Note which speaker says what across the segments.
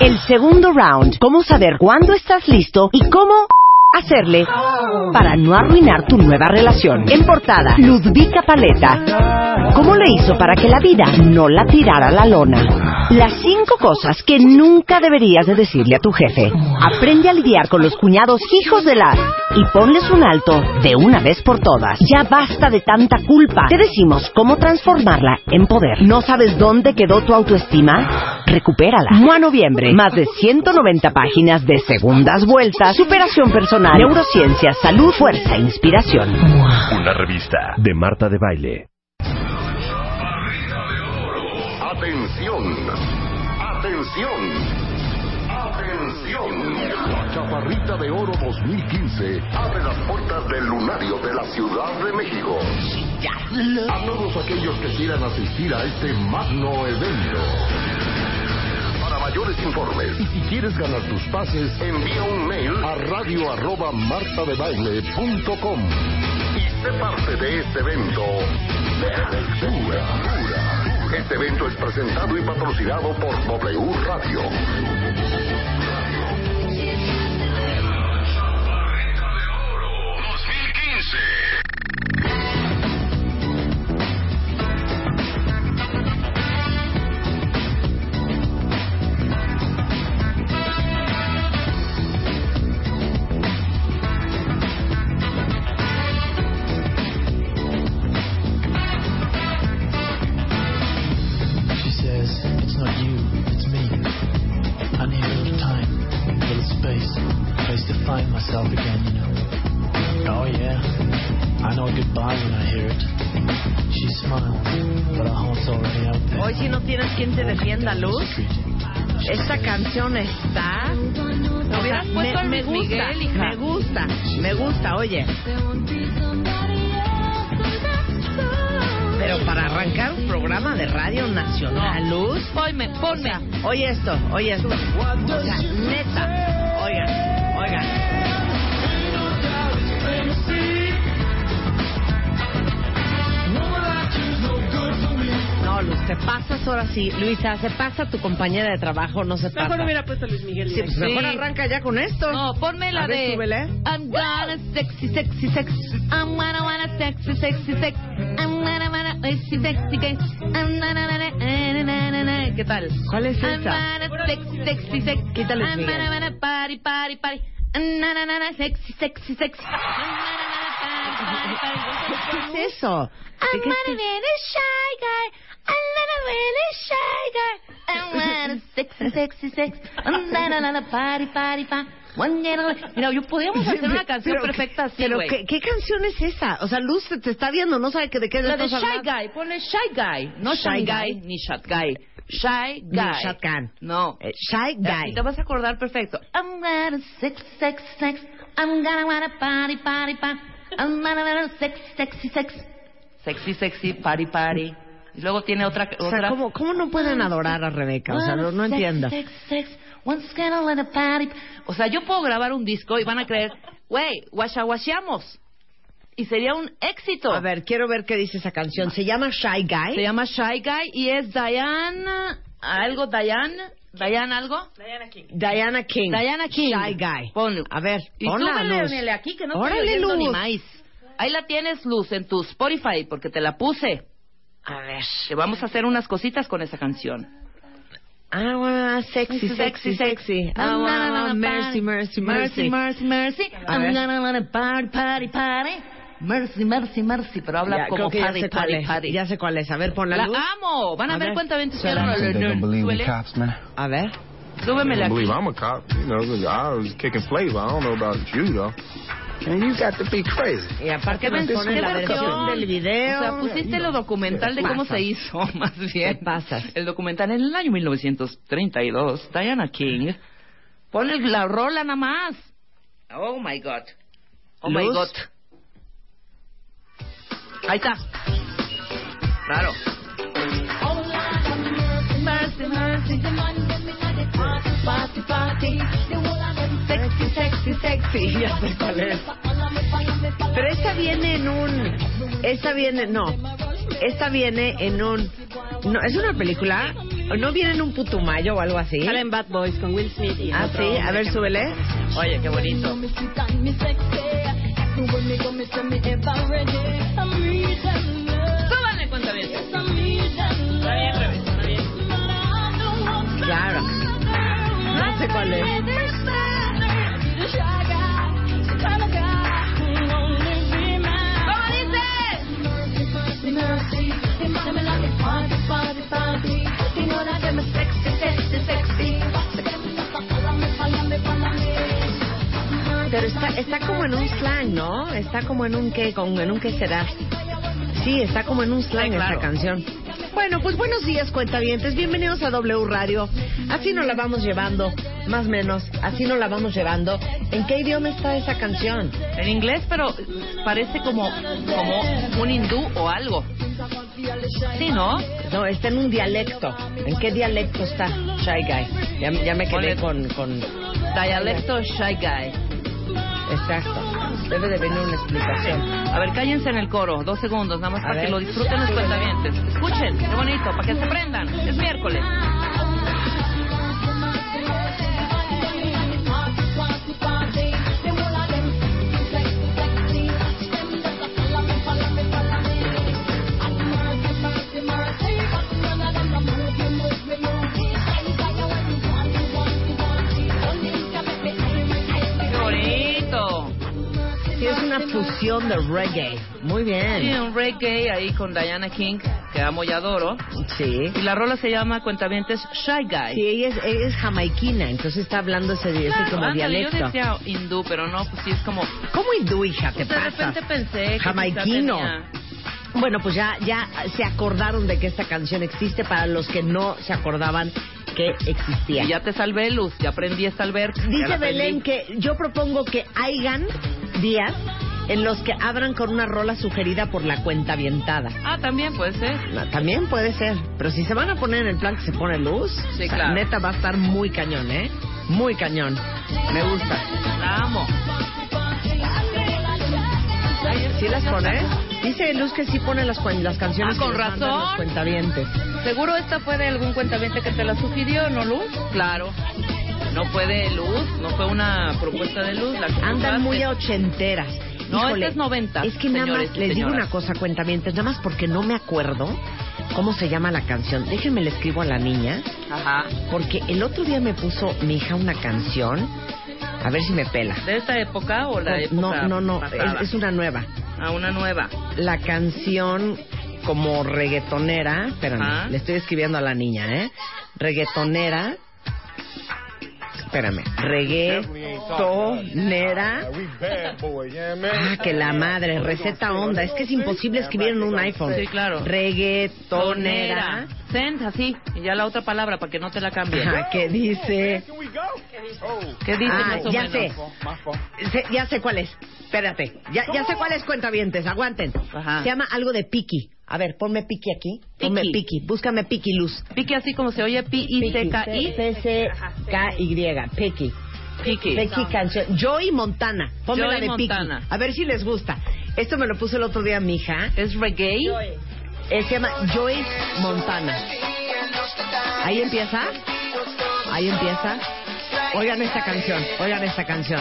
Speaker 1: El segundo round. ¿Cómo saber cuándo estás listo y cómo hacerle para no arruinar tu nueva relación? En portada, Ludvika Paleta. ¿Cómo le hizo para que la vida no la tirara a la lona? Las cinco cosas que nunca deberías de decirle a tu jefe. Aprende a lidiar con los cuñados hijos de la... Y ponles un alto de una vez por todas. Ya basta de tanta culpa. Te decimos cómo transformarla en poder. ¿No sabes dónde quedó tu autoestima? Recupérala. Mua Noviembre. Más de 190 páginas de segundas vueltas. Superación personal, neurociencia, salud, fuerza, inspiración.
Speaker 2: Una revista de Marta de Baile.
Speaker 3: Atención, atención, atención. La Chaparrita de Oro 2015 abre las puertas del lunario de la Ciudad de México. A todos aquellos que quieran asistir a este magno evento. Para mayores informes y si quieres ganar tus pases, envía un mail a radio arroba martadebaile.com y sé parte de este evento de aventura. Este evento es presentado y patrocinado por W Radio.
Speaker 4: She says, it's not you, it's me. I need a little time, a little space, a place to find myself again, you know. Oh yeah, I know goodbye when I hear it. She smiles, but her heart's already out there.
Speaker 5: Hoy si no tienes quien te defienda, Luz. Esta canción está.
Speaker 6: Lo hubieras puesto al Luis Miguel, hija.
Speaker 5: me gusta, me gusta, oye. Pero para arrancar un programa de radio nacional, Luz.
Speaker 6: Ponme, ponme.
Speaker 5: Oye esto, oye esto. O sea, neta. Oigan, oigan. No, Luz, te pasas ahora sí. Luisa, se pasa tu compañera de trabajo, no se pasa.
Speaker 7: Mejor hubiera puesto a Luis Miguel.
Speaker 5: Sí, pues
Speaker 7: directo.
Speaker 5: mejor
Speaker 6: Sí.
Speaker 5: arranca ya con esto.
Speaker 6: No, ponme la
Speaker 5: A ver,
Speaker 6: de.
Speaker 5: súbele.
Speaker 6: I'm gonna sexy, sexy, sexy. I'm gonna wanna sexy, sexy, sexy. I'm gonna wanna sexy, sexy, sexy. I'm gonna wanna. na, na, na, na. ¿Qué tal?
Speaker 5: ¿Cuál es
Speaker 6: I'm
Speaker 5: esa?
Speaker 6: gonna sexy, sexy, sexy.
Speaker 5: Quítale,
Speaker 6: I'm
Speaker 5: Miguel.
Speaker 6: gonna wanna party, party, party. Na, na, na, na, sexy, sexy, sexy. I'm gonna wanna party, party, party.
Speaker 5: ¿Qué es eso?
Speaker 6: I'm
Speaker 5: ¿De qué es
Speaker 6: gonna
Speaker 5: que-
Speaker 6: be a shy guy. I'm gonna be a shy guy. I'm gonna sexy, sexy, sexy. I'm gonna na, na, party, party, party. One day, Mira, yo podríamos hacer una canción
Speaker 5: Pero-
Speaker 6: perfecta así,
Speaker 5: Pero,
Speaker 6: güey.
Speaker 5: ¿qué, ¿qué canción es esa? O sea, Luz te, te está viendo, no sabe que de qué
Speaker 6: La de
Speaker 5: estás
Speaker 6: Shy
Speaker 5: hablando.
Speaker 6: Guy, ponle Shy Guy. No
Speaker 5: Shy Guy.
Speaker 6: Shy Guy ni Shot Guy. Shy
Speaker 5: Ni
Speaker 6: Guy.
Speaker 5: Shotgun.
Speaker 6: No.
Speaker 5: Eh, Shy
Speaker 6: Así
Speaker 5: Guy.
Speaker 6: te vas a acordar perfecto. I'm gonna sex, sex, sex. I'm gonna wanna party, party, party. I'm gonna wanna sex, sexy, sex. Sexy, sexy, party, party. Y luego tiene otra...
Speaker 5: O sea,
Speaker 6: otra...
Speaker 5: ¿cómo, ¿cómo no pueden adorar a Rebeca? O sea, no, no entiendo.
Speaker 6: Sex, sex, sex. One scandal and a party. O sea, yo puedo grabar un disco y van a creer, güey, guachaguacheamos. Y sería un éxito.
Speaker 5: A ver, quiero ver qué dice esa canción. Se llama Shy Guy.
Speaker 6: Se llama Shy Guy y es Diana. ¿Algo Diana? ¿Diana algo?
Speaker 7: Diana King.
Speaker 5: Diana King.
Speaker 6: Diana King.
Speaker 5: Shy Guy.
Speaker 6: Ponlo.
Speaker 5: A ver,
Speaker 6: Y
Speaker 5: ponla,
Speaker 6: súbele,
Speaker 5: Luz.
Speaker 6: Nele, aquí que no
Speaker 5: Órale,
Speaker 6: estoy oyendo ni
Speaker 5: Luz.
Speaker 6: maíz. Ahí la tienes, Luz, en tu Spotify, porque te la puse.
Speaker 5: A ver.
Speaker 6: Te vamos a hacer unas cositas con esa canción.
Speaker 5: I wanna sexy, sexy, sexy.
Speaker 6: Ah,
Speaker 5: I wanna mercy, mercy, mercy.
Speaker 6: Mercy, mercy.
Speaker 5: A
Speaker 6: I'm
Speaker 5: ver.
Speaker 6: gonna wanna party, party, party. Mercy, mercy, mercy. Pero habla
Speaker 5: Ya,
Speaker 6: como
Speaker 5: creo que ya
Speaker 6: party,
Speaker 5: sé cuál
Speaker 6: party,
Speaker 5: es.
Speaker 6: party.
Speaker 5: Ya sé cuál es. A ver,
Speaker 6: La,
Speaker 5: ponla, Luz.
Speaker 6: amo. Van a,
Speaker 5: A
Speaker 6: ver,
Speaker 5: ver.
Speaker 6: cuenta, vente,
Speaker 5: A ver.
Speaker 6: Súbemela.
Speaker 8: believe I'm a cop. You know, I was kicking flavor. I don't know about you though.
Speaker 7: And you got to be crazy.
Speaker 5: Y aparte
Speaker 6: ¿Qué
Speaker 5: me
Speaker 6: versión?
Speaker 5: ponen la
Speaker 6: ¿Qué
Speaker 5: versión
Speaker 6: versión?
Speaker 5: del video.
Speaker 6: O sea, pusiste lo documental de cómo
Speaker 5: Pasas.
Speaker 6: se hizo, más bien.
Speaker 5: Te pasas.
Speaker 6: El documental en el año 1932, Diana King. Pon el- la rola nada más. Oh my God. Oh my
Speaker 5: Luz.
Speaker 6: God. Ahí está. Claro.
Speaker 5: Sexy, sexy, sexy. Ya sé cuál es. Pero esta viene en un. Esta viene. No. Esta viene en un. No, es una película. ¿No viene en un putumayo o algo así?
Speaker 8: Salen Bad Boys con Will Smith y
Speaker 5: Ah, sí. A ver, súbele.
Speaker 6: Oye, qué bonito. Súbanle, cuenta bien.
Speaker 5: Claro. No sé cuál es. Pero está, está como en un slang, ¿no? Está como en un qué, con, en un qué será. Sí, está como en un slang
Speaker 6: Sí, claro.
Speaker 5: esta canción. Bueno, pues buenos días, cuentavientes. Bienvenidos a W Radio. Así nos la vamos llevando, más o menos. Así nos la vamos llevando. ¿En qué idioma está esa canción?
Speaker 6: En inglés, pero parece como, como un hindú o algo. Sí, ¿no?
Speaker 5: No, está en un dialecto. ¿En qué dialecto está Shy Guy? Ya, ya me quedé
Speaker 6: Ponle-
Speaker 5: con, con...
Speaker 6: Dialecto Shy Guy.
Speaker 5: Exacto. Debe de venir una explicación.
Speaker 6: A ver, cállense en el coro, dos segundos, nada más
Speaker 5: A
Speaker 6: para
Speaker 5: ver.
Speaker 6: que lo disfruten los cuentavientes. Escuchen, qué bonito, para que se prendan. Es miércoles. Qué bonito.
Speaker 5: Sí, es una fusión de reggae. Muy
Speaker 6: Sí,
Speaker 5: bien.
Speaker 6: un reggae ahí con Diana King, que amo y adoro.
Speaker 5: Sí.
Speaker 6: Y la rola se llama Cuentavientes Shy Guy.
Speaker 5: Sí, ella es, ella es jamaiquina, entonces está hablando ese, ese como
Speaker 6: Ándale,
Speaker 5: dialecto.
Speaker 6: Yo decía hindú, pero no, pues sí es como. pues
Speaker 5: ¿Cómo hindú, hija? ¿Te
Speaker 6: de
Speaker 5: pasas?
Speaker 6: repente pensé. que
Speaker 5: Jamaiquino.
Speaker 6: quizá tenía-
Speaker 5: Bueno, pues ya, ya se acordaron de que esta canción existe para los que no se acordaban que existía.
Speaker 6: Y ya te salvé, Luz, ya aprendí esta alberca. ya la
Speaker 5: Dice
Speaker 6: aprendí.
Speaker 5: Belén que yo propongo que hayan días en los que abran con una rola sugerida por la cuenta avientada.
Speaker 6: Ah, también puede ser.
Speaker 5: No, También puede ser, pero si se van a poner en el plan que se pone luz,
Speaker 6: Sí, claro.
Speaker 5: neta va a estar muy cañón, ¿eh? Muy cañón. Me gusta.
Speaker 6: La amo.
Speaker 5: ¿Sí las pones? Dice Luz que sí pone las, cuen- las canciones
Speaker 6: Ah, con
Speaker 5: que les mandan
Speaker 6: razón.
Speaker 5: los cuentavientes.
Speaker 6: Seguro esta fue de algún cuentaviente que te la sugirió, ¿no, Luz? Claro. No fue de Luz, no fue una propuesta de Luz. La que
Speaker 5: Andan
Speaker 6: mandaste.
Speaker 5: muy a ochenteras.
Speaker 6: No, este es noventa,
Speaker 5: Es que nada
Speaker 6: señores
Speaker 5: más,
Speaker 6: y
Speaker 5: les digo
Speaker 6: señoras.
Speaker 5: una cosa, cuentavientes, nada más porque no me acuerdo cómo se llama la canción. Déjenme le escribo a la niña,
Speaker 6: Ajá.
Speaker 5: porque el otro día me puso mi hija una canción, a ver si me pela.
Speaker 6: ¿De esta época o la época?
Speaker 5: No, no, no,
Speaker 6: pasada?
Speaker 5: es, es una nueva.
Speaker 6: A una nueva.
Speaker 5: La canción como reggaetonera, espérame,
Speaker 6: Ajá.
Speaker 5: le estoy escribiendo a la niña, ¿eh? Reggaetonera, espérame, reggaetonera. Ah, que la madre, receta onda. Es que es imposible escribir en un iPhone.
Speaker 6: Sí, claro.
Speaker 5: Reggaetonera.
Speaker 6: Send así. Y ya la otra palabra para que no te la cambien.
Speaker 5: Ajá, que dice.
Speaker 6: ¿Qué dice
Speaker 5: Ah,
Speaker 6: más o
Speaker 5: ya
Speaker 6: menos?
Speaker 5: sé. Sé- ya sé cuál es. Espérate. Ya, ya sé cuál es, cuentavientes. Aguanten.
Speaker 6: Ajá.
Speaker 5: Se llama algo de piqui. A ver, ponme piqui aquí. Ponme
Speaker 6: Piqui.
Speaker 5: piqui. Búscame piqui luz.
Speaker 6: Pique así como se oye P-I-C-K-I.
Speaker 5: P-C-K-Y. Piqui.
Speaker 6: Piqui.
Speaker 5: Becky canción. Joy Montana. Ponme la
Speaker 6: Joey
Speaker 5: de Piqui.
Speaker 6: Montana.
Speaker 5: A ver si les gusta. Esto me lo puso el otro día mi hija.
Speaker 6: ¿Es reggae?
Speaker 5: Eh, se llama Joy Montana. Ahí empieza. Ahí empieza. Oigan esta canción. Oigan esta canción.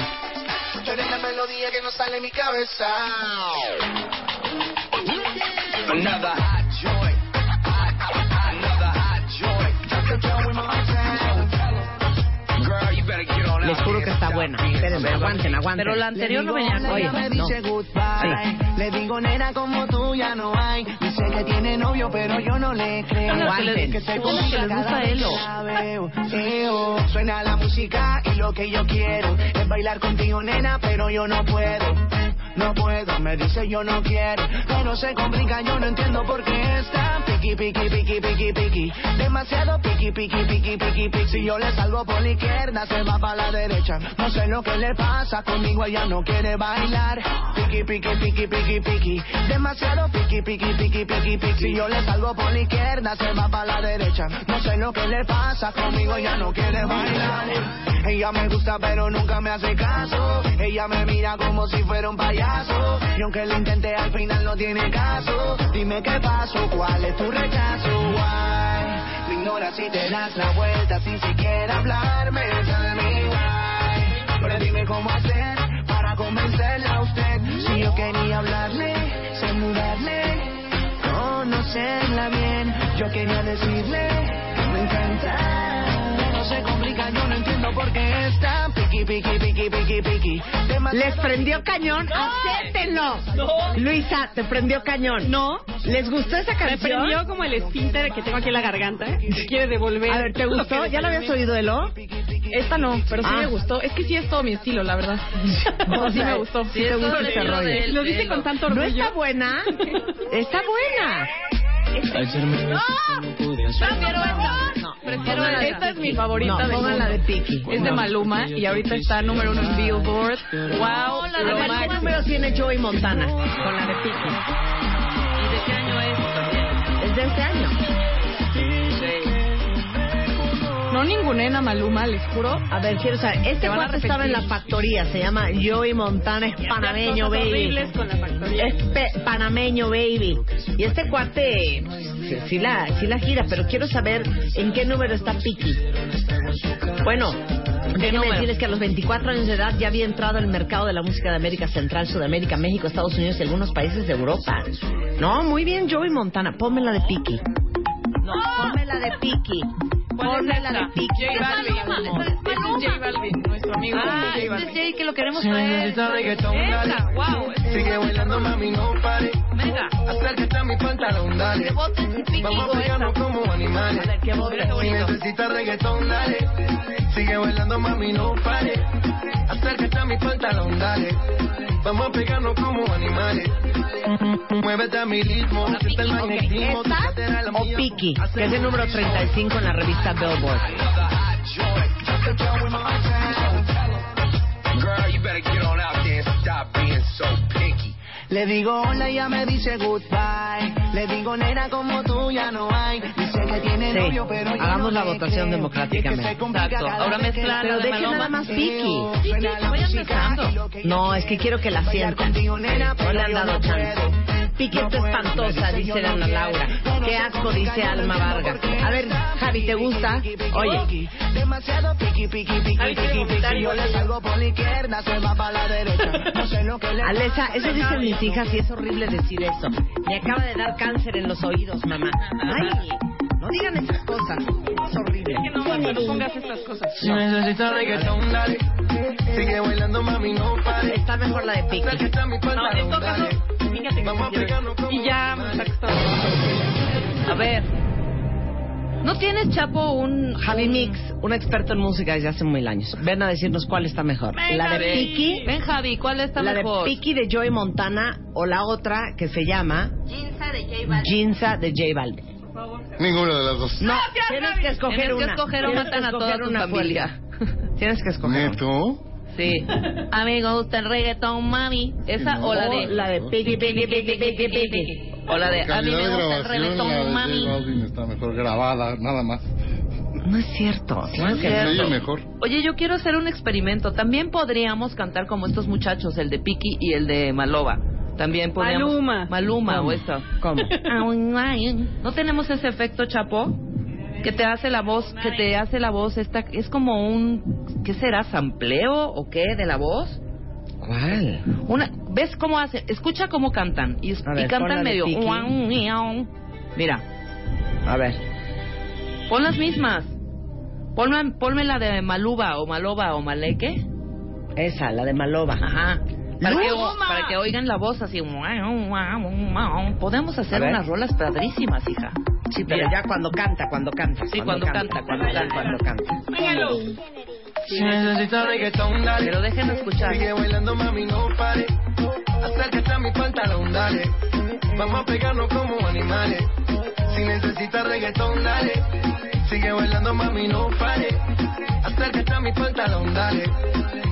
Speaker 5: Les juro que está buena. Espérenme, aguanten, aguanten.
Speaker 6: Pero la anterior no venía con
Speaker 5: Oye,
Speaker 6: ella.
Speaker 5: no.
Speaker 9: Le digo nena como tú ya no hay. Dice que tiene novio pero yo no le creo.
Speaker 6: Son las que le-
Speaker 5: Aguanten.
Speaker 6: son las que les gusta a Elo.
Speaker 9: La veo, eo. Suena la música y lo que yo quiero es bailar contigo, nena, pero yo no puedo. No puedo, me dice yo no quiero, pero se complica, yo no entiendo por qué está piqui, piqui, piqui, piqui, piqui, demasiado piqui, piqui, piqui, piqui, piqui. Si yo le salgo por la izquierda, se va para la derecha. No sé lo que le pasa, conmigo ella no quiere bailar. Piqui, piqui, piqui, piqui, piqui, demasiado piqui, piqui, piqui, piqui, piqui. Si yo le salgo por la izquierda, se va para la derecha. No sé lo que le pasa, conmigo ella no quiere bailar. Ella me gusta, pero nunca me hace caso. Ella me mira como si fuera un payaso. Y aunque lo intenté, al final no tiene caso. Dime qué pasó, cuál es tu rechazo. Why? Me ignoras si te das la vuelta sin siquiera hablarme de mí. Why? Pero dime cómo hacer para convencerla a usted. Si yo quería hablarle, sin mudarle conocerla bien. Yo quería decirle que me encanta. No se complica, yo no entiendo por qué está piqui, piqui, piqui, piqui, piqui. Demasiado
Speaker 5: ¿Les prendió cañón? ¡Acéptenlo! Luisa, ¿te prendió cañón?
Speaker 8: No,
Speaker 5: ¿Les gustó esa
Speaker 8: me
Speaker 5: canción?
Speaker 8: prendió como el esfínter que tengo aquí en la garganta. ¿eh? Si quiere devolver.
Speaker 5: A ver, ¿te gustó? ¿Ya la habías oído, Elo?
Speaker 8: Esta no, pero sí
Speaker 5: Ah.
Speaker 8: me gustó. Es que sí es todo mi estilo, la verdad. Pero sí me gustó.
Speaker 5: Sí te gusta ese rollo.
Speaker 8: Lo dice con tanto
Speaker 5: ¿No
Speaker 8: orgullo.
Speaker 5: está buena? ¡Está buena!
Speaker 4: Ayer me puse, no pude hacer.
Speaker 8: No, prefiero esta. es mi favorita.
Speaker 5: No,
Speaker 8: del
Speaker 5: pongan la
Speaker 8: mundo.
Speaker 5: de Piki.
Speaker 8: Es de Maluma y ahorita está número uno en Billboard. Wow,
Speaker 5: A ver, ¿qué número tiene Joey Montana con la de Piki?
Speaker 6: ¿Y de qué año es?
Speaker 5: Es de este año.
Speaker 8: No ningunena Maluma, les juro.
Speaker 5: A ver, quiero saber. Este
Speaker 8: Te van a
Speaker 5: cuate estaba en la
Speaker 8: arrepentir.
Speaker 5: factoría. Se llama Joey Montana. Es panameño,
Speaker 8: Cosas
Speaker 5: baby.
Speaker 8: horribles con la factoría.
Speaker 5: Es pe- este panameño, baby. Y este cuate, pues, sí la, sí la gira, pero quiero saber en qué número está Piki. Bueno, déjenme
Speaker 6: número?
Speaker 5: decirles que a los 24 años de edad ya había entrado al mercado de la música de América Central, Sudamérica, México, Estados Unidos y algunos países de Europa. No, muy bien, Joey Montana. Ponme la de Piki. No, ponme la de Piki.
Speaker 8: ¿Cuál
Speaker 5: Ponme
Speaker 8: es
Speaker 5: la
Speaker 8: esta?
Speaker 5: de Piki.
Speaker 8: J Balvin.
Speaker 6: Maluma,
Speaker 8: Este es J Balvin, nuestro amigo
Speaker 6: Ah,
Speaker 8: J
Speaker 6: este es
Speaker 8: Balvin.
Speaker 6: Jay que lo queremos
Speaker 4: Si
Speaker 6: traer.
Speaker 4: necesitas reggaetón,
Speaker 6: Esa,
Speaker 4: dale.
Speaker 6: wow.
Speaker 4: Sigue bailando, mami, no pare.
Speaker 6: Venga.
Speaker 4: Acércate a mi pantalón, dale.
Speaker 6: Bote ese piquito,
Speaker 4: Vamos a pegarnos
Speaker 6: esa.
Speaker 4: como animales.
Speaker 6: Qué bonito.
Speaker 4: Si necesitas reggaetón, dale. Sigue bailando, mami, no pare. Acércate a mi pantalón, dale. Vamos a pegarnos como animales. Muévete a mi ritmo, siente el magnetismo. tu cadera es
Speaker 5: ¿Esta
Speaker 4: la
Speaker 5: o
Speaker 4: mía.
Speaker 5: Piki? Que es el número 35 en la revista Billboard.
Speaker 9: Le digo hola y ella me dice goodbye. Le digo nena como tú ya no hay. Dice que tiene
Speaker 5: Sí,
Speaker 9: novio, pero yo
Speaker 5: hagamos
Speaker 9: no
Speaker 5: la
Speaker 9: le
Speaker 5: votación
Speaker 9: creo.
Speaker 5: democráticamente.
Speaker 9: Es que se complica
Speaker 6: Exacto,
Speaker 9: cada
Speaker 6: ahora
Speaker 9: vez que
Speaker 6: mezcla
Speaker 9: la
Speaker 5: Pero
Speaker 6: de
Speaker 5: dejen nada
Speaker 6: Maluma.
Speaker 5: más
Speaker 9: veo.
Speaker 5: Piki.
Speaker 6: Sí, sí,
Speaker 9: Suena la
Speaker 6: vayan
Speaker 9: música
Speaker 6: mezclando.
Speaker 9: y lo que yo
Speaker 5: No, es que quiero que la
Speaker 9: Bailar
Speaker 5: sientan.
Speaker 9: contigo, nena,
Speaker 5: No le han
Speaker 9: pero yo
Speaker 5: dado
Speaker 9: no
Speaker 5: chance.
Speaker 9: puedo. No
Speaker 5: Piquete
Speaker 9: puedo,
Speaker 5: espantosa,
Speaker 9: me dice
Speaker 5: dice
Speaker 9: yo
Speaker 5: Ana
Speaker 9: no
Speaker 5: Laura.
Speaker 9: quiero.
Speaker 5: Qué asco, dice Alma Vargas. A ver, Javi, ¿te gusta? Oye,
Speaker 9: Oye, demasiado piqui, piqui, piqui,
Speaker 8: Ay, quiero
Speaker 9: piqui,
Speaker 8: vomitar
Speaker 9: piqui. Yo
Speaker 8: igual
Speaker 9: le
Speaker 8: que
Speaker 9: salgo por la izquierda, se va para la derecha. No sé lo que le
Speaker 5: Alesa, eso dicen mis hijas y es horrible decir eso. Me acaba de dar cáncer en los oídos, mamá. Ay, no digan esas cosas. Es horrible.
Speaker 8: Que no, Marta, no pongas estas cosas.
Speaker 4: Si necesitas reggaetón, dale. Sigue bailando, mami, no pare.
Speaker 5: Está mejor la de Piqui.
Speaker 4: Acércate a mi
Speaker 8: No,
Speaker 4: pantalón,
Speaker 8: en todo caso,
Speaker 4: dale.
Speaker 8: fíjate que
Speaker 4: Vamos a
Speaker 8: sí quiero.
Speaker 4: pegarnos como
Speaker 8: Y ya,
Speaker 4: animales.
Speaker 8: me está A ver.
Speaker 5: ¿No tienes, Chapo, un Javi Mix, un experto en música desde hace mil años? Ven a decirnos cuál está mejor.
Speaker 6: Ven,
Speaker 5: La de
Speaker 6: Javi.
Speaker 5: Piqui,
Speaker 6: Ven, Javi, ¿cuál está
Speaker 5: la de
Speaker 6: mejor?
Speaker 5: Piqui de Joey Montana o la otra que se llama
Speaker 6: Ginza de J Balvin.
Speaker 5: Ginza de J Balvin.
Speaker 3: Ninguna de las dos.
Speaker 5: No, tienes que escoger
Speaker 6: ¡Ah, Tienes que
Speaker 5: una.
Speaker 6: escoger o
Speaker 5: Tienes
Speaker 6: matan a
Speaker 5: que
Speaker 6: toda
Speaker 5: escoger
Speaker 6: tu
Speaker 5: una
Speaker 6: familia.
Speaker 5: fuerte. Tienes que escoger una.
Speaker 3: ¿Neto?
Speaker 6: Sí. A mí me gusta el reggaetón, mami. Esa o la de...
Speaker 5: La de Piqui, Piqui, Piqui, Piqui, Piqui.
Speaker 6: O la de... A mí
Speaker 3: Calidad
Speaker 6: me
Speaker 3: de
Speaker 6: gusta el
Speaker 3: grabación, la de
Speaker 6: reggaetón,
Speaker 3: J
Speaker 6: mami.
Speaker 3: Balvin está mejor grabada, nada más.
Speaker 5: No es cierto. Claro que
Speaker 3: Se
Speaker 5: no.
Speaker 6: Cierto.
Speaker 3: oye mejor.
Speaker 6: Oye, yo quiero hacer un experimento. También podríamos cantar como estos muchachos, el de Piki y el de Maloba. También podríamos.
Speaker 8: Maluma.
Speaker 6: Maluma o esto.
Speaker 5: ¿Cómo?
Speaker 6: ¿No tenemos ese efecto, Chapo? Que te hace la voz, que te hace la voz esta, es como un, ¿qué será? ¿Sampleo o qué de la voz?
Speaker 5: ¿Cuál?
Speaker 6: Una, ¿Ves cómo hace? Escucha cómo cantan y, es-
Speaker 5: A ver,
Speaker 6: y
Speaker 5: pon la de
Speaker 6: cantan medio.
Speaker 5: Piki.
Speaker 6: "Uan, iau". Mira,
Speaker 5: A ver.
Speaker 6: pon las mismas. Ponme, ponme la de Maluba o Maloba o Maleque.
Speaker 5: Esa, la de Maloba.
Speaker 6: Ajá. Para que,
Speaker 5: ¡Luma!
Speaker 6: para que oigan la voz así. muau, muau, muau. Podemos
Speaker 5: A
Speaker 6: hacer
Speaker 5: ver.
Speaker 6: unas rolas padrísimas, hija.
Speaker 5: Sí, pero
Speaker 6: Mira.
Speaker 5: ya cuando canta, cuando canta.
Speaker 6: Sí, cuando canta, cuando canta.
Speaker 5: cuando canta.
Speaker 4: Si necesitas reggaetón, dale.
Speaker 6: Pero déjenme escuchar.
Speaker 4: Sigue bailando, mami, no pare. Acércate a mi pantalón, dale. Vamos a pegarnos como animales. Si necesitas reggaetón, dale. Sigue bailando, mami, no pare. Acércate a mi pantalón, dale.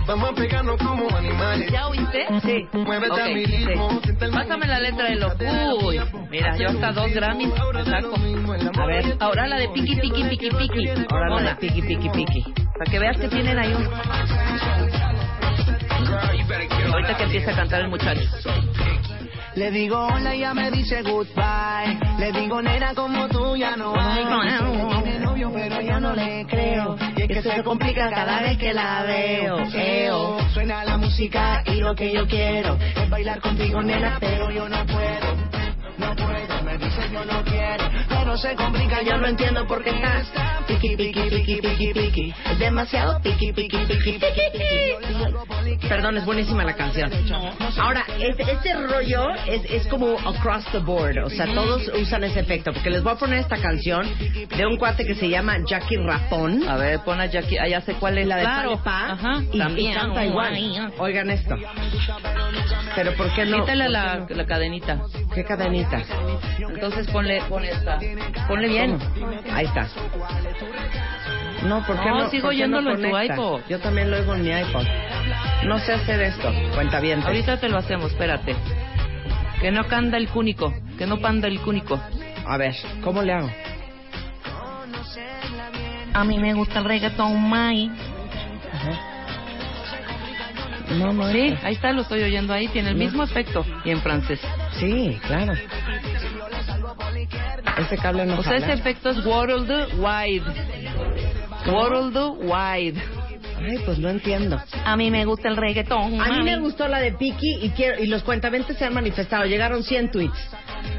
Speaker 4: Vamos a pegarnos como animales.
Speaker 6: ¿Ya oíste?
Speaker 5: Sí.
Speaker 4: Muévete a
Speaker 6: Ok,
Speaker 4: mi
Speaker 6: dice,
Speaker 4: ritmo. siente el
Speaker 6: Pásame la letra de los Uy, mira, yo hasta dos Grammys me saco. A ver, ahora la de Piki Piki Piki Piki.
Speaker 5: Ahora la de
Speaker 6: Hola.
Speaker 5: piqui, piqui, piqui.
Speaker 6: Para que veas que tienen ahí un. Ahorita que empieza a cantar el muchacho.
Speaker 9: Le digo hola y ya me dice goodbye. Le digo nena como tú ya no hay. Tiene novio pero ya no le creo. Y es que se complica cada vez que la veo. Eo. Suena la música y lo que yo quiero es bailar contigo nena pero yo no puedo. No puedo, me dice yo no quiero. Pero se complica, yo no entiendo por qué está. Piqui, piqui, piqui, piqui, piqui. Es demasiado piqui, piqui, piqui, piqui. piqui.
Speaker 5: Perdón, es buenísima la canción. Ahora, este, este rollo es, es como across the board, o sea, todos usan ese efecto, porque les voy a poner esta canción de un cuate que se llama Jackie Rapón.
Speaker 6: A ver, pon a Jackie. Ah, ya sé cuál es
Speaker 5: la de
Speaker 6: claro.
Speaker 5: Pa
Speaker 6: Ajá,
Speaker 5: y,
Speaker 6: también.
Speaker 5: y canta igual. Oigan esto. Pero ¿por qué no?
Speaker 6: Quítale la, la cadenita.
Speaker 5: ¿Qué cadenitas?
Speaker 6: Entonces ponle, pon esta. Ponle bien.
Speaker 5: Bien. Ahí está. No, ¿por qué
Speaker 6: No,
Speaker 5: no?
Speaker 6: sigo
Speaker 5: por qué
Speaker 6: oyéndolo en tu
Speaker 5: conecta?
Speaker 6: iPod.
Speaker 5: Yo también lo oigo en mi iPod. No sé hacer esto. Cuenta bien.
Speaker 6: Ahorita te lo hacemos, espérate. Que no canda el cúnico. Que no panda el cúnico.
Speaker 5: A ver, ¿cómo le hago?
Speaker 6: A mí me gusta el reggaeton, Mai.
Speaker 5: No, no.
Speaker 6: Sí,
Speaker 5: es-
Speaker 6: ahí está, lo estoy oyendo ahí. Tiene el mismo efecto. Y en francés.
Speaker 5: ah, Sí, claro. Pues Ese cable no
Speaker 6: O sea, ese
Speaker 5: jala.
Speaker 6: efecto es world wide. World wide.
Speaker 5: Ay, pues no entiendo.
Speaker 6: A mí me gusta el reggaetón.
Speaker 5: A mí
Speaker 6: mami.
Speaker 5: me gustó la de Piki y quiero y los cuentaventes se han manifestado. Llegaron 100 tweets.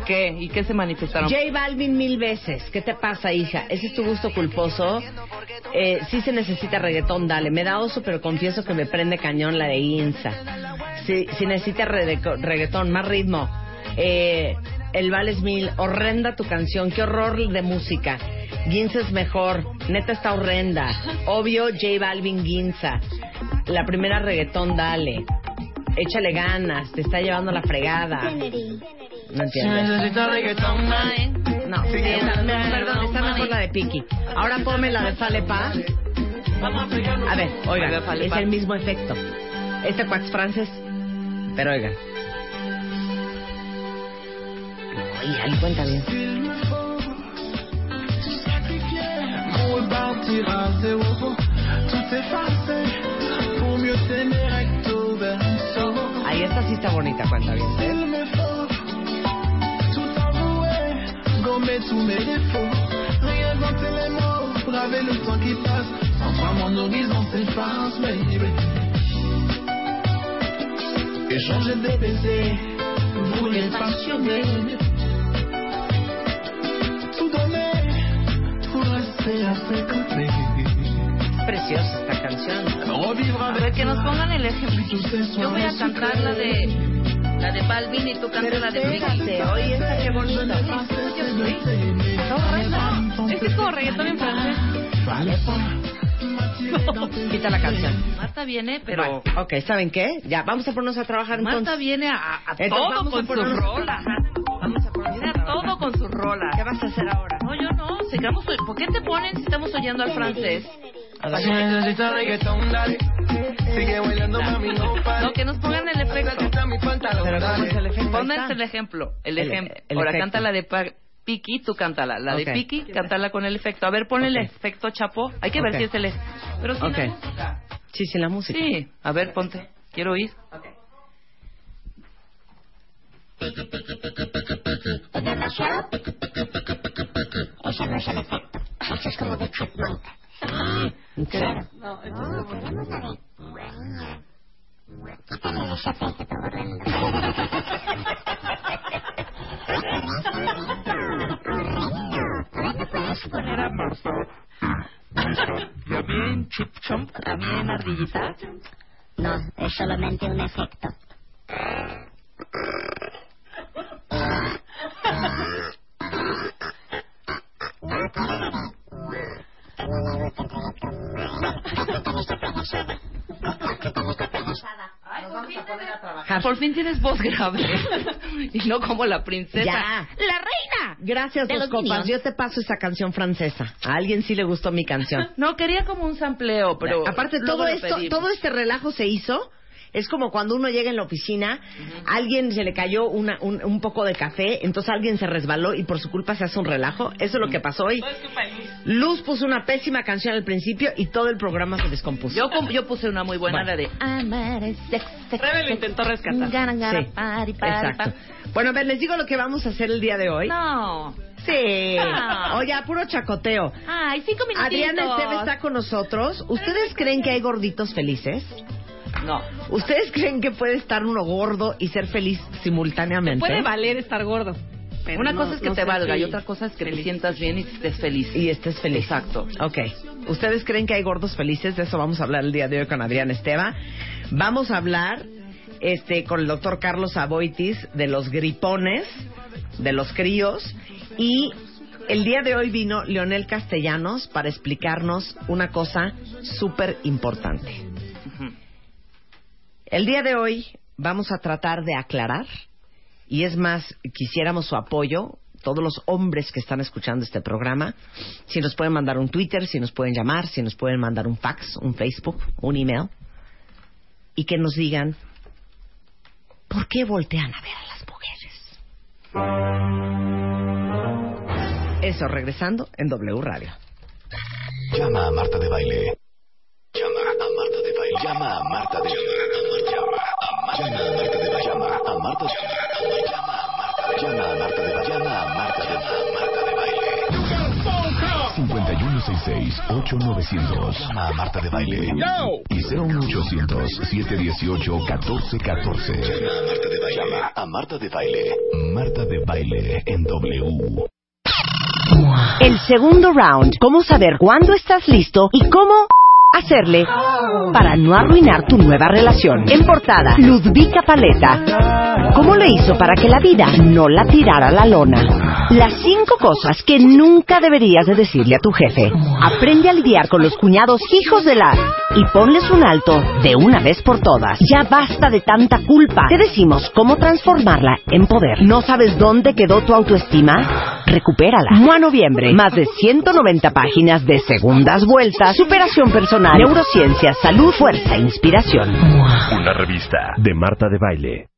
Speaker 6: ¿Qué? ¿Y qué se manifestaron?
Speaker 5: J Balvin mil veces. ¿Qué te pasa, hija? Ese es tu gusto culposo. Eh, sí se necesita reggaetón, dale. Me da oso, pero confieso que me prende cañón la de Insa. Sí, sí necesita redeco- reggaetón, más ritmo. Eh, el Val es mil. Horrenda tu canción. Qué horror de música. Ginza es mejor. Neta está horrenda. Obvio, J Balvin Ginza. La primera reggaetón, dale. Échale ganas. Te está llevando la fregada. No entiendes.
Speaker 6: ¿eh?
Speaker 5: No, sí, esa- no, perdón, está mejor la de Piki. Ahora ponme la de Falepa. A ver,
Speaker 6: La de
Speaker 5: oiga,
Speaker 6: Fale
Speaker 5: es
Speaker 6: Pa.
Speaker 5: el mismo efecto. Este cuax francés. Pero oiga. Ay, ahí cuenta bien.
Speaker 4: Pour partir à zéro, tout effacer. Pour mieux t'aimer recto verso.
Speaker 5: Ahí esta sí está bonita, cuenta bien. ¿eh?
Speaker 4: Il me faut tout avouer, gommer tous mes défauts, réinventer les mots, braver le temps qui passe. Sans toi, mon horizon s'efface, baby. Échanger des baisers, brûler passionné. Tout donner pour rester à ses côtés.
Speaker 5: Es preciosa esta canción.
Speaker 4: Revivre
Speaker 6: A
Speaker 4: avec
Speaker 6: ver, que nos pongan el ejemplo.
Speaker 4: tous ces
Speaker 6: Yo voy
Speaker 4: soirées
Speaker 6: a cantar la
Speaker 4: sucrées.
Speaker 6: de la de Balvin y tú cantas la de Ricky.
Speaker 5: eh. oye, esta qué bonita.
Speaker 6: No, es que es como reggaetón en francés.
Speaker 5: Quita la canción.
Speaker 6: Marta viene, pero...
Speaker 5: Bueno, ok, ¿saben qué? Ya, vamos a ponernos a trabajar entonces.
Speaker 6: Marta viene a, a- a
Speaker 5: Entonces
Speaker 6: todo
Speaker 5: vamos a
Speaker 6: con sus
Speaker 5: ponernos-
Speaker 6: rolas. Vamos a poner a todo con sus rolas.
Speaker 5: ¿Qué vas a hacer ahora?
Speaker 6: No, yo no. Sigamos, oy- ¿Por qué te ponen si estamos oyendo al francés?
Speaker 4: Si necesitas reggaetón, dale. Sigue bailando, mami, no pares.
Speaker 6: No, que nos pongan el efecto.
Speaker 4: Acércate a mi pantalón,
Speaker 5: Pero ¿cómo
Speaker 4: dale.
Speaker 5: es el efecto? Ahí
Speaker 6: Pónganse el
Speaker 5: está.
Speaker 6: ejemplo. El
Speaker 5: El-
Speaker 6: ejemplo.
Speaker 5: el
Speaker 6: Ahora
Speaker 5: efecto.
Speaker 6: canta la de Pa- Piki, tú cántala. La
Speaker 5: Ok.
Speaker 6: de Piki, cántala con el efecto. A ver, ponle el
Speaker 5: Ok.
Speaker 6: efecto, Chapo. Hay que ver
Speaker 5: Ok.
Speaker 6: si es el efecto. Pero sí,
Speaker 5: Ok. Sí, sí, la música.
Speaker 6: sí. A ver, ponte. Quiero oír.
Speaker 7: No, es solamente un efecto.
Speaker 6: Por fin tienes voz grave. y no como la princesa.
Speaker 5: Ya.
Speaker 6: La reina.
Speaker 5: Gracias,
Speaker 6: De
Speaker 5: los
Speaker 6: los
Speaker 5: copas.
Speaker 6: Minions.
Speaker 5: Yo te paso esa canción francesa. A alguien sí le gustó mi canción.
Speaker 6: No, quería como un sampleo, pero.
Speaker 5: Aparte,
Speaker 6: luego
Speaker 5: todo
Speaker 6: lo
Speaker 5: esto,
Speaker 6: pedimos.
Speaker 5: todo este relajo se hizo. Es como cuando uno llega en la oficina, a alguien se le cayó una- un, un poco de café, entonces alguien se resbaló y por su culpa se hace un relajo. Eso es lo que pasó hoy. Luz puso una pésima canción al principio y todo el programa se descompuso.
Speaker 6: Yo, com- yo puse una muy buena, la de. Rebe lo intentó rescatar.
Speaker 5: Sí, Exacto. Bueno, a ver, les digo lo que vamos a hacer el día de hoy.
Speaker 6: No.
Speaker 5: Sí.
Speaker 6: Ah.
Speaker 5: Oye, a puro chacoteo.
Speaker 6: Ay, cinco minutitos.
Speaker 5: Adriana Esteve está con nosotros. ¿Ustedes creen que hay gorditos felices?
Speaker 6: No.
Speaker 5: ¿Ustedes creen que puede estar uno gordo y ser feliz simultáneamente?
Speaker 8: Puede valer estar gordo. pero
Speaker 6: Una
Speaker 8: no-
Speaker 6: cosa es que
Speaker 8: no
Speaker 6: te
Speaker 8: sé
Speaker 6: valga
Speaker 8: si-
Speaker 6: y otra cosa es que te sientas bien y estés feliz.
Speaker 5: Y estés feliz.
Speaker 6: Exacto.
Speaker 5: Ok. ¿Ustedes creen que hay gordos felices? De eso vamos a hablar el día de hoy con Adrián Esteva. Vamos a hablar este, con el doctor Carlos Aboitis de los gripones, de los críos. Y el día de hoy vino Leonel Castellanos para explicarnos una cosa súper importante. El día de hoy vamos a tratar de aclarar, y es más, quisiéramos su apoyo, todos los hombres que están escuchando este programa, si nos pueden mandar un Twitter, si nos pueden llamar, si nos pueden mandar un fax, un Facebook, un email, y que nos digan, ¿por qué voltean a ver a las mujeres? Eso, regresando en W Radio.
Speaker 10: Llama a Marta de Baile. Llama a Marta de Baile. Llama a Marta de Baile. Llama a Marta Llama a Marta de Baile. Llama a Marta de Llama a Marta de Baile. Llama a Marta de Baile. Llama a Marta de Baile. 5166-8900. Llama a Marta de Baile. Y 01800-718-1414. Llama a Marta de Baile. Llama a Marta de Baile. Marta de Baile en W.
Speaker 1: El segundo round, cómo saber cuándo estás listo y cómo hacerle para no arruinar tu nueva relación. En portada, Ludvika Paleta. ¿Cómo le hizo para que la vida no la tirara a la lona? Las cinco cosas que nunca deberías de decirle a tu jefe. Aprende a lidiar con los cuñados hijos de la... Y ponles un alto de una vez por todas. Ya basta de tanta culpa. Te decimos cómo transformarla en poder. ¿No sabes dónde quedó tu autoestima? Recupérala. Mua Noviembre. Más de 190 páginas de segundas vueltas, superación personal, neurociencia, salud, fuerza, inspiración.
Speaker 2: Una revista de Marta de Baile.